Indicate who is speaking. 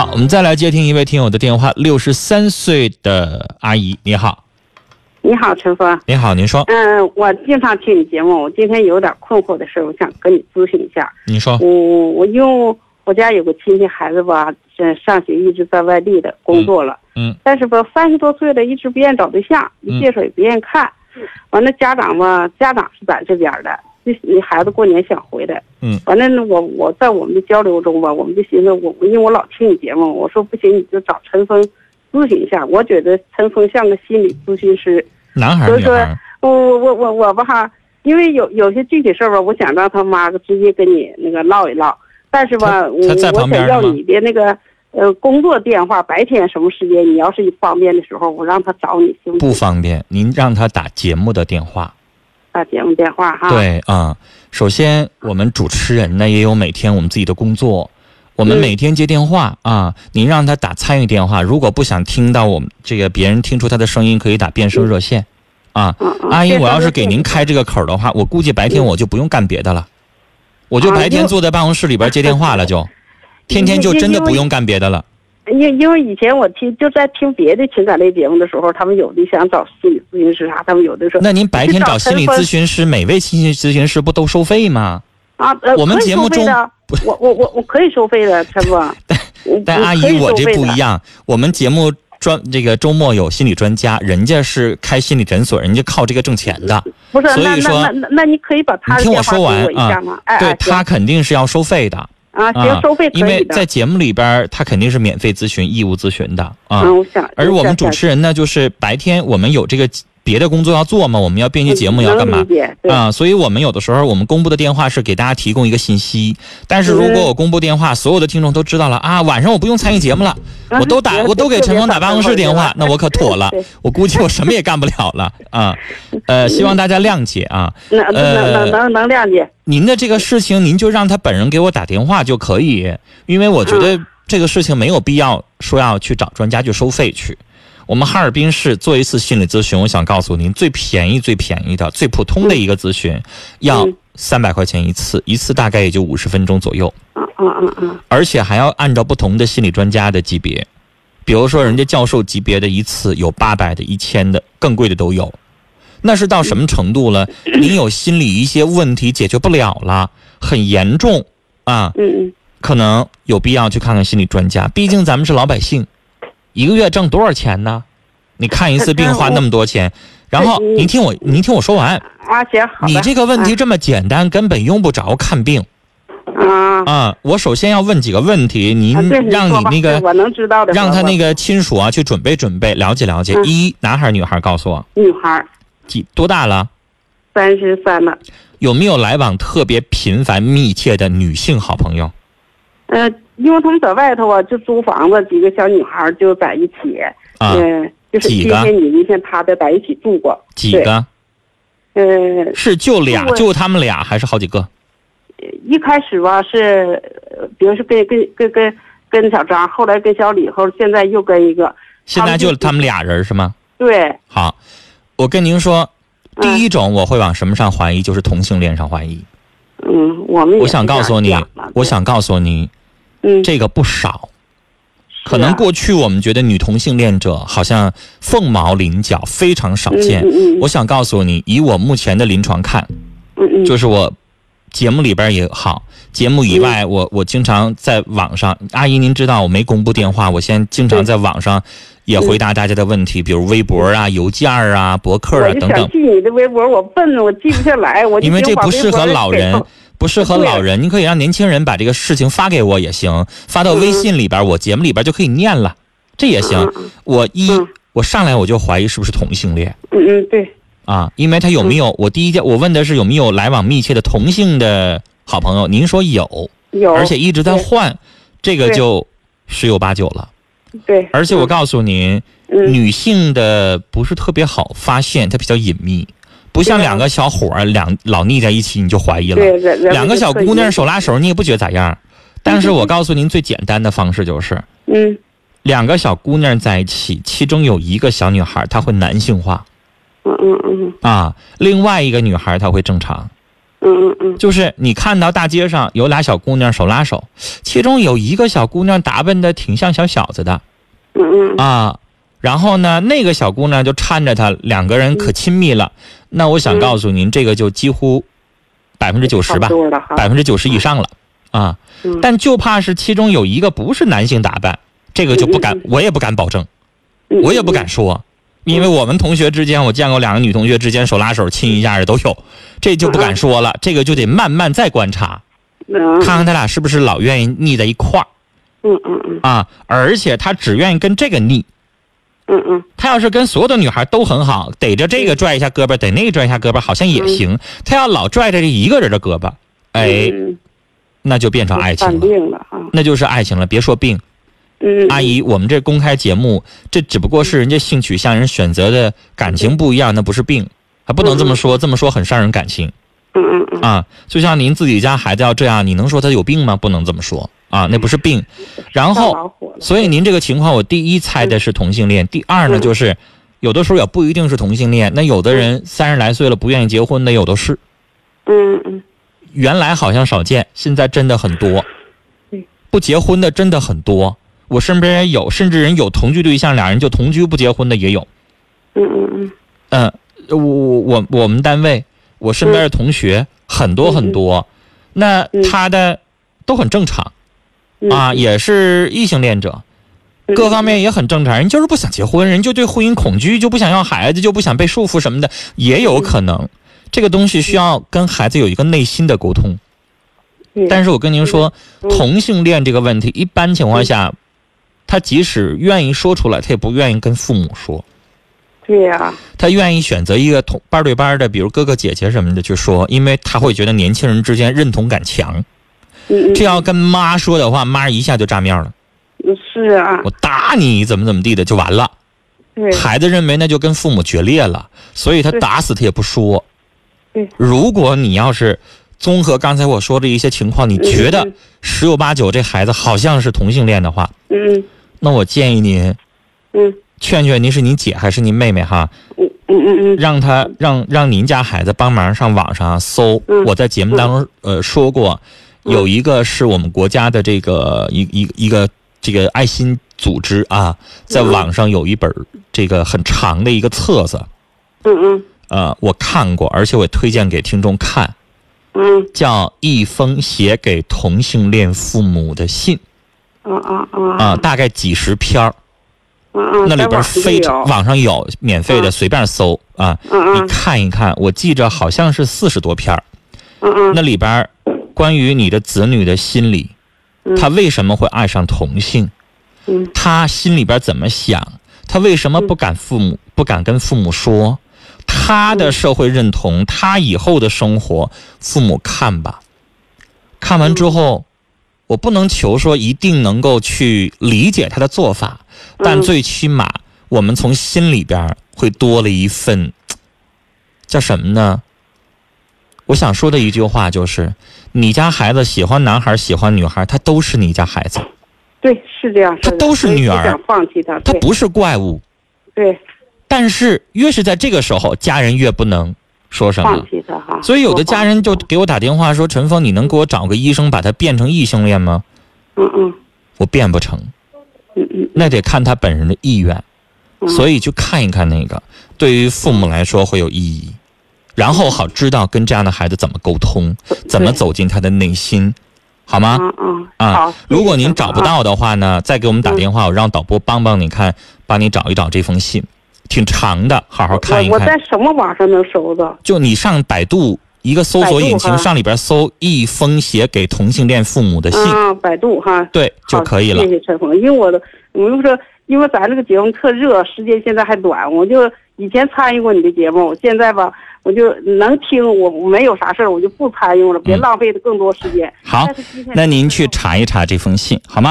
Speaker 1: 好，我们再来接听一位听友的电话，六十三岁的阿姨，你好，
Speaker 2: 你好，陈峰。
Speaker 1: 你好，您说，
Speaker 2: 嗯、我经常听你节目，我今天有点困惑的事儿，我想跟你咨询一下。
Speaker 1: 您说，
Speaker 2: 我我因为我家有个亲戚孩子吧，嗯，上学一直在外地的工作了，
Speaker 1: 嗯嗯
Speaker 2: 但是吧，三十多岁了，一直不愿意找对象，
Speaker 1: 嗯
Speaker 2: 一介绍也不愿意看。完了，家长吧，家长是咱这边儿的，这你孩子过年想回来，
Speaker 1: 嗯，
Speaker 2: 完了呢，我我在我们的交流中吧，我们就寻思我，因为我老听你节目，我说不行，你就找陈峰咨询一下。我觉得陈峰像个心理咨询师，
Speaker 1: 男孩儿
Speaker 2: 就
Speaker 1: 女
Speaker 2: 是
Speaker 1: 孩儿，
Speaker 2: 我我我我我吧哈，因为有有些具体事儿吧，我想让他妈直接跟你那个唠一唠，但是吧，我
Speaker 1: 他在
Speaker 2: 我
Speaker 1: 旁边呢
Speaker 2: 想要
Speaker 1: 吗
Speaker 2: 你的那个呃工作电话，白天什么时间你要是方便的时候，我让他找你行
Speaker 1: 不
Speaker 2: 行？
Speaker 1: 方便，您让他打节目的电话。
Speaker 2: 打节目电话哈。，
Speaker 1: 对啊、首先我们主持人呢也有每天我们自己的工作，我们
Speaker 2: 嗯
Speaker 1: 每天接电话啊，您让他打参与电话，如果不想听到我们这个别人听出他的声音，可以打变声热线啊。
Speaker 2: 嗯嗯。
Speaker 1: 阿姨，
Speaker 2: 这
Speaker 1: 我
Speaker 2: 方
Speaker 1: 要
Speaker 2: 面
Speaker 1: 是给您开这个口儿的话，我估计白天我就不用干别的了，我就
Speaker 2: 嗯啊
Speaker 1: 白天
Speaker 2: 因为
Speaker 1: 坐在办公室里边接电话了，就，天天就
Speaker 2: 因为
Speaker 1: 真的
Speaker 2: 因为
Speaker 1: 不用干别的了。
Speaker 2: 因因为以前我听就在听别的情感类节目的时候，他们有的想找心理咨询师啥，他们有的说
Speaker 1: 那您白天
Speaker 2: 去
Speaker 1: 找
Speaker 2: 找
Speaker 1: 心理
Speaker 2: 陈峰
Speaker 1: 咨询师，每位心理咨询师不都收费吗？
Speaker 2: 啊，呃，
Speaker 1: 我们
Speaker 2: 可以
Speaker 1: 节
Speaker 2: 收
Speaker 1: 目
Speaker 2: 费
Speaker 1: 中
Speaker 2: 的我我我我可以收费的，陈峰。
Speaker 1: 但
Speaker 2: 我
Speaker 1: 阿
Speaker 2: 可
Speaker 1: 姨，
Speaker 2: 以
Speaker 1: 我
Speaker 2: 收
Speaker 1: 这
Speaker 2: 费
Speaker 1: 不
Speaker 2: 的
Speaker 1: 一样，我们节目专这个周末有心理专家，人家是开心理诊所，人家靠这个挣钱的，
Speaker 2: 不是，
Speaker 1: 所
Speaker 2: 那
Speaker 1: 以说
Speaker 2: 那那那那你可以把他的
Speaker 1: 你听我
Speaker 2: 电话
Speaker 1: 说
Speaker 2: 给
Speaker 1: 完啊
Speaker 2: 我一下吗？哎，
Speaker 1: 对
Speaker 2: 哎
Speaker 1: 他肯定是要收费的，
Speaker 2: 啊，
Speaker 1: 啊
Speaker 2: 行，收费
Speaker 1: 因
Speaker 2: 可以
Speaker 1: 为
Speaker 2: 的。
Speaker 1: 在节目里边儿他肯定是免费咨询、义务咨询的啊。
Speaker 2: 嗯，我想。
Speaker 1: 而我们主持人呢，就是白天我们有这个别的工作要做嘛，我们要编辑
Speaker 2: 人
Speaker 1: 节目要干嘛？
Speaker 2: 嗯理解，对，
Speaker 1: 啊、所以我们有的时候我们公布的电话是给大家提供一个信息，但是如果
Speaker 2: 嗯
Speaker 1: 我公布电话，所有的听众都知道了啊，晚上我不用参与节目了，
Speaker 2: 嗯
Speaker 1: 我都打
Speaker 2: 别
Speaker 1: 我都给
Speaker 2: 别
Speaker 1: 陈峰
Speaker 2: 别
Speaker 1: 打办公室电话，那我可妥 了
Speaker 2: 对，
Speaker 1: 我估计我什么也干不了了啊，呃，希望大家谅解啊，
Speaker 2: 那能能能能谅解。
Speaker 1: 您的这个事情您就让他本人给我打电话就可以，因为我觉得这个事情没有必要说要去找专家去收费去。我们哈尔滨市做一次心理咨询，我想告诉您，最便宜、最便宜的、最普通的一个咨询，要
Speaker 2: 嗯
Speaker 1: 三百块钱一次，一次大概也就五十分钟左右，
Speaker 2: 嗯嗯嗯嗯
Speaker 1: 而且还要按照不同的心理专家的级别，比如说人家教授级别的一次有八百的、一千的，更贵的都有。那是到什么程度了？您有心理一些问题解决不了了，很严重啊，
Speaker 2: 嗯
Speaker 1: 可能有必要去看看心理专家。毕竟咱们是老百姓，一个月挣多少钱呢？你看一次病花那么多钱，然后您听我，您听我说完。
Speaker 2: 嗯，啊，行，好嗯的
Speaker 1: 你这个问题这么简单，根本用不着看病
Speaker 2: 啊，啊
Speaker 1: 啊！我首先要问几个问题，您
Speaker 2: 对
Speaker 1: 让
Speaker 2: 说
Speaker 1: 你
Speaker 2: 吧
Speaker 1: 那个
Speaker 2: 对我能知道的，
Speaker 1: 让他那
Speaker 2: 个
Speaker 1: 个亲属啊去准备准备，了解了解。
Speaker 2: 嗯
Speaker 1: 一男孩儿女孩儿告诉我
Speaker 2: 女孩
Speaker 1: 几多大了？
Speaker 2: 三十三了，
Speaker 1: 有没有来往特别频繁密切的女性好朋友？
Speaker 2: 呃，因为他们在外头啊，就租房子，几个小女孩就在一起，
Speaker 1: 啊，
Speaker 2: 嗯，就是
Speaker 1: 几
Speaker 2: 今
Speaker 1: 个
Speaker 2: 天你，明天他的，在一起住过，
Speaker 1: 几个？
Speaker 2: 嗯，
Speaker 1: 是就俩，
Speaker 2: 我
Speaker 1: 就他们俩，还是好几个？
Speaker 2: 一开始吧是，呃比如说跟跟跟跟跟小张，后来跟小李，后现在又跟一个，
Speaker 1: 现在就
Speaker 2: 他们就
Speaker 1: 他们俩人是吗？
Speaker 2: 对，
Speaker 1: 好，我跟您说，
Speaker 2: 嗯
Speaker 1: 第一种我会往什么上怀疑，就是同性恋上怀疑。
Speaker 2: 嗯，我们也
Speaker 1: 我想告诉
Speaker 2: 这
Speaker 1: 你
Speaker 2: 样想的，
Speaker 1: 我，想告诉你，
Speaker 2: 对嗯，
Speaker 1: 这个不少。可
Speaker 2: 是啊
Speaker 1: 能过去我们觉得女同性恋者好像凤毛麟角，非常少见。
Speaker 2: 嗯嗯
Speaker 1: 我想告诉你，以我目前的临床看，
Speaker 2: 嗯嗯，
Speaker 1: 就是我节目里边也好，节目以外，我我经常在网上，阿姨您知道，我没公布电话，我现在经常在网上也回答大家的问题，比如微博啊、邮件啊、博客啊
Speaker 2: 我就
Speaker 1: 等
Speaker 2: 想
Speaker 1: 等，
Speaker 2: 记你的微博，我笨，我记不下来，我就
Speaker 1: 因为
Speaker 2: 只
Speaker 1: 这
Speaker 2: 有把
Speaker 1: 不
Speaker 2: 微
Speaker 1: 适合
Speaker 2: 博
Speaker 1: 老
Speaker 2: 给
Speaker 1: 人
Speaker 2: 弄。
Speaker 1: 不适合老人，您可以让年轻人把这个事情发给我也行，发到微信里边，我节目里边就可以念了，这也行。
Speaker 2: 嗯
Speaker 1: 我一
Speaker 2: 嗯
Speaker 1: 我上来我就怀疑是不是同性恋。
Speaker 2: 嗯嗯，对，
Speaker 1: 啊，因为他有没
Speaker 2: 嗯
Speaker 1: 有？我第一件我问的是有没有来往密切的同性的好朋友，您说有，
Speaker 2: 有，
Speaker 1: 而且一直在
Speaker 2: 对
Speaker 1: 换，这个
Speaker 2: 对嗯
Speaker 1: 就十有八九了。
Speaker 2: 对，
Speaker 1: 而且我告诉您，
Speaker 2: 嗯，
Speaker 1: 女性的不是特别好发现，它比较隐秘，不像
Speaker 2: 对啊
Speaker 1: 两个小伙儿两老腻在一起你就怀疑
Speaker 2: 嗯
Speaker 1: 了。
Speaker 2: 对，人人
Speaker 1: 两个
Speaker 2: 就
Speaker 1: 小
Speaker 2: 特
Speaker 1: 姑娘
Speaker 2: 意，
Speaker 1: 手拉手，你也不觉得咋样。但是我告诉您，最简单的方式就是
Speaker 2: 嗯，
Speaker 1: 两个小姑娘在一起，其中有一个小女孩她会男性化
Speaker 2: 嗯嗯嗯
Speaker 1: 啊，另外一个女孩她会正常。
Speaker 2: 嗯嗯嗯，
Speaker 1: 就是你看到大街上有俩小姑娘手拉手，其中有一个小姑娘打扮的挺像小小子的
Speaker 2: 嗯嗯
Speaker 1: 啊，然后呢，那个小姑娘就搀着她，两个人可亲密了。那我想
Speaker 2: 嗯
Speaker 1: 告诉您，这个就几乎百分之九十
Speaker 2: 差
Speaker 1: 吧
Speaker 2: 不，多了哈。
Speaker 1: 百分之九十以上了啊。
Speaker 2: 嗯
Speaker 1: 但就怕是其中有一个不是男性打扮，这个就不敢，我也不敢保证，
Speaker 2: 嗯
Speaker 1: 我也不敢。说，因为我们同学之间，我见过两个女同学之间手拉手亲一下的都有，这就不敢说了，这个就得慢慢再观察，
Speaker 2: 嗯
Speaker 1: 看看他俩是不是老愿意腻在一块儿
Speaker 2: 嗯嗯嗯
Speaker 1: 啊，而且他只愿意跟这个腻。
Speaker 2: 嗯嗯
Speaker 1: 他要是跟所有的女孩都很好，逮着这个拽一下胳膊，逮那个拽一下胳膊，好像也行。他要老拽着这一个人的胳膊，哎，
Speaker 2: 嗯
Speaker 1: 那就变成爱情
Speaker 2: 犯
Speaker 1: 了，
Speaker 2: 病了啊。
Speaker 1: 那就是爱情了。别说病，
Speaker 2: 嗯，
Speaker 1: 阿姨，我们这公开节目，这只不过是人家性取向、人选择的感情不一样，那不是病，还不能这么说，这么说很伤人感情
Speaker 2: 嗯嗯嗯
Speaker 1: 啊。就像您自己家孩子要这样，你能说他有病吗？不能这么说啊，那不是病。然
Speaker 2: 上
Speaker 1: 后，
Speaker 2: 老火了。
Speaker 1: 所以您这个情况，我第一猜的是同性恋，第二呢
Speaker 2: 嗯
Speaker 1: 就是，有的时候也不一定是同性恋，那有的人三十来岁了不愿意结婚的有的是，
Speaker 2: 嗯嗯
Speaker 1: 原来好像少见，现在真的很多
Speaker 2: 对。
Speaker 1: 不结婚的真的很多，我身边也有，甚至人有同居对象，俩人就同居不结婚的也有。
Speaker 2: 嗯嗯
Speaker 1: 嗯，我我我我们单位，我身边的同学、很多很多，那
Speaker 2: 嗯
Speaker 1: 他的都很正常、
Speaker 2: 嗯
Speaker 1: 啊，也是异性恋者，各方面也很正常，人就是不想结婚，人就对婚姻恐惧，就不想要孩子，就不想被束缚什么的，也有可能。这个东西需要跟孩子有一个内心的沟通。但
Speaker 2: 是
Speaker 1: 是我跟您说，
Speaker 2: 嗯
Speaker 1: 同性恋这个问题，一般情况下，他即使愿意说出来，他也不愿意跟父母说，
Speaker 2: 对呀，
Speaker 1: 他愿意选择一个同班对班的，比如哥哥姐姐什么的去说，因为他会觉得年轻人之间认同感强。
Speaker 2: 嗯嗯
Speaker 1: 这要跟妈说的话，妈一下就炸面了，
Speaker 2: 是啊，
Speaker 1: 我打你怎么怎么地的就完了。
Speaker 2: 对
Speaker 1: 孩子认为那就跟父母决裂了，所以他
Speaker 2: 对
Speaker 1: 打死他也不说
Speaker 2: 对。
Speaker 1: 如果你要是综合刚才我说的一些情况，你觉得
Speaker 2: 嗯
Speaker 1: 十有八九这孩子好像是同性恋的话，
Speaker 2: 嗯
Speaker 1: 那我建议您
Speaker 2: 嗯
Speaker 1: 劝劝您是您姐还是您妹妹哈，
Speaker 2: 嗯嗯嗯
Speaker 1: 让她让让您家孩子帮忙上网上搜。
Speaker 2: 嗯
Speaker 1: 我在节目当中呃说过，
Speaker 2: 嗯
Speaker 1: 有一个是我们国家的这个一一一个这个爱心组织啊，在
Speaker 2: 嗯
Speaker 1: 网上有一本这个很长的一个册子，
Speaker 2: 嗯
Speaker 1: 呃，我看过，而且我也推荐给听众看，
Speaker 2: 嗯
Speaker 1: 叫《一封写给同性恋父母的信》
Speaker 2: 嗯啊啊
Speaker 1: 啊、大概几十篇儿。
Speaker 2: 嗯嗯，
Speaker 1: 那里边非常网上有免费的，随便搜啊，
Speaker 2: 嗯
Speaker 1: 你
Speaker 2: 嗯
Speaker 1: 看一看。我记着好像是四十多篇儿，
Speaker 2: 嗯
Speaker 1: 那里边儿关于你的子女的心理，
Speaker 2: 嗯
Speaker 1: 他为什么会爱上同性，
Speaker 2: 嗯
Speaker 1: 他心里边怎么想，他为什么不敢父母不敢跟父母说，他的社会认同，他以后的生活，父母看吧。看完之后，我不能求说一定能够去理解他的做法，但
Speaker 2: 嗯
Speaker 1: 最起码我们从心里边儿会多了一份，叫什么呢？我想说的一句话就是：你家孩子喜欢男孩儿，喜欢女孩儿，他都是你家孩子，
Speaker 2: 对是这样，想放弃他，
Speaker 1: 他不是怪物。
Speaker 2: 对
Speaker 1: 但是越是在这个时候，家人越不能说什么
Speaker 2: 放。弃他哈，
Speaker 1: 所以有的家人就给我打电话说：“陈峰，你能给我找个医生把他变成异性恋吗
Speaker 2: 嗯嗯？”
Speaker 1: 我变不成，
Speaker 2: 嗯嗯
Speaker 1: 那得看他本人的意愿。
Speaker 2: 嗯，
Speaker 1: 所以去看一看那个，对于父母来说会有意义，然后好知道跟这样的孩子怎么沟通，怎么走进他的内心，好吗？
Speaker 2: 啊啊好，
Speaker 1: 如果您找不到的话呢，再给我们打电话，我让导播帮帮你看，帮你找一找这封信，挺长的，好好看一
Speaker 2: 我我在
Speaker 1: 看。
Speaker 2: 什么网上能搜到？
Speaker 1: 就你上百度一个搜索引
Speaker 2: 百
Speaker 1: 擎
Speaker 2: 度哈
Speaker 1: 上里边搜一封写给同性恋父母的信，
Speaker 2: 啊，百度哈，
Speaker 1: 对就
Speaker 2: 好
Speaker 1: 可以了
Speaker 2: 谢。谢陈峰，因为我的，我就说，因为咱这个节目特热，时间现在还短，我就以前参与过你的节目，现在吧，我就能听，我我没有啥事儿，我就不参与了，别
Speaker 1: 嗯
Speaker 2: 浪费更多时间。
Speaker 1: 好
Speaker 2: 但是今天
Speaker 1: 那您去查一查这封信，好吗？